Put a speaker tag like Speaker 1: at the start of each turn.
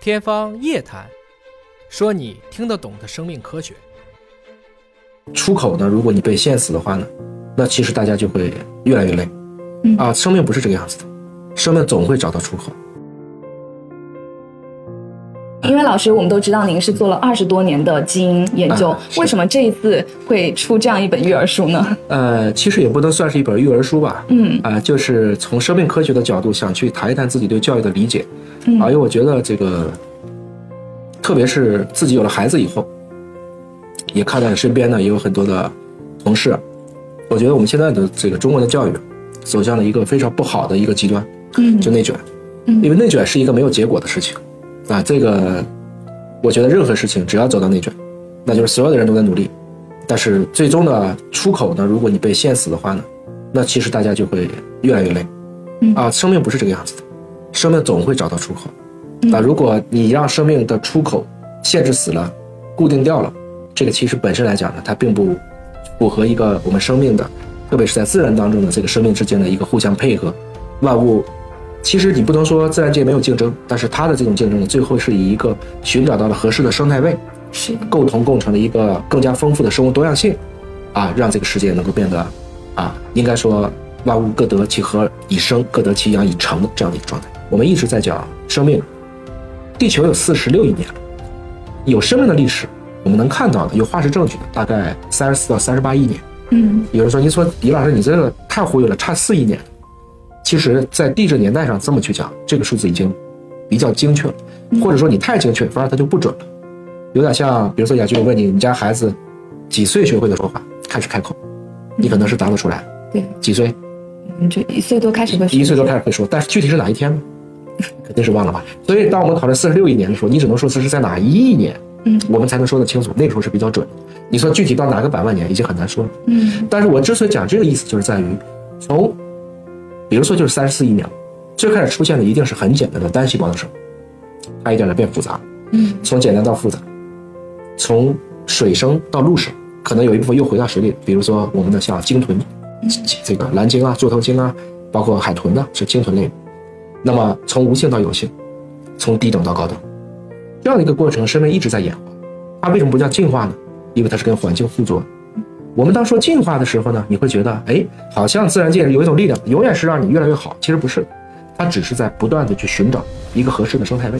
Speaker 1: 天方夜谭，说你听得懂的生命科学。
Speaker 2: 出口呢，如果你被限死的话呢，那其实大家就会越来越累。
Speaker 3: 嗯
Speaker 2: 啊，生命不是这个样子的，生命总会找到出口。
Speaker 3: 因为老师，我们都知道您是做了二十多年的基因研究，
Speaker 2: 啊是
Speaker 3: 为什么这一次会出这样一本育儿书呢？
Speaker 2: 呃，其实也不能算是一本育儿书吧，
Speaker 3: 嗯
Speaker 2: 啊、就是从生命科学的角度想去谈一谈自己对教育的理解，
Speaker 3: 嗯
Speaker 2: 啊，因为我觉得这个，特别是自己有了孩子以后，也看到身边呢也有很多的同事，我觉得我们现在的这个中国的教育走向了一个非常不好的一个极端，
Speaker 3: 嗯
Speaker 2: 就内卷，
Speaker 3: 嗯
Speaker 2: 因为内卷是一个没有结果的事情，啊，这个我觉得任何事情只要走到内卷，那就是所有的人都在努力，但是最终的出口呢，如果你被限死的话呢，那其实大家就会越来越累
Speaker 3: 嗯，
Speaker 2: 啊，生命不是这个样子的，生命总会找到出口，
Speaker 3: 嗯
Speaker 2: 那啊如果你让生命的出口限制死了，固定掉了，这个其实本身来讲呢，它并不符合一个我们生命的，特别是在自然当中的这个生命之间的一个互相配合，万物。其实你不能说自然界没有竞争，但是它的这种竞争呢，最后是以一个寻找到了合适的生态位，
Speaker 3: 是
Speaker 2: 共同构成了一个更加丰富的生物多样性，啊，让这个世界能够变得，啊，应该说万物各得其和以生，各得其养以成的这样的一个状态。我们一直在讲生命，地球有四十六亿年了，有生命的历史，我们能看到的有化石证据的大概三十四到三十八亿年。
Speaker 3: 嗯
Speaker 2: 有人说，您说李老师你这个太忽悠了，差四亿年。其实，在地质年代上这么去讲，这个数字已经比较精确了，
Speaker 3: 嗯
Speaker 2: 或者说你太精确，反而它就不准了。有点像，比如说雅居，我问你，你家孩子几岁学会的说话，开始开口，你可能是答得出来，
Speaker 3: 对，
Speaker 2: 几岁，
Speaker 3: 嗯这一岁多开始会
Speaker 2: 一岁多开始会说，但是具体是哪一天 呢？肯定是忘了吧。所以，当我们讨论四十六亿年的时候，你只能说这是在哪一亿年，
Speaker 3: 嗯
Speaker 2: 我们才能说得清楚，那个时候是比较准的。你说具体到哪个百万年，已经很难说了。
Speaker 3: 嗯
Speaker 2: 但是我之所以讲这个意思，就是在于从，比如说就是三十四亿年，最开始出现的一定是很简单的单细胞的生物，它一点点变复杂，
Speaker 3: 嗯
Speaker 2: 从简单到复杂，从水生到陆生，可能有一部分又回到水里，比如说我们的像鲸豚，这个蓝鲸啊、座头鲸啊，包括海豚呐、啊是鲸豚类的。那么从无性到有性，从低等到高等，这样的一个过程，生命一直在演化。它为什么不叫进化呢？因为它是跟环境附着的。我们当说进化的时候呢，你会觉得，哎，好像自然界有一种力量，永远是让你越来越好。其实不是，它只是在不断的去寻找一个合适的生态位。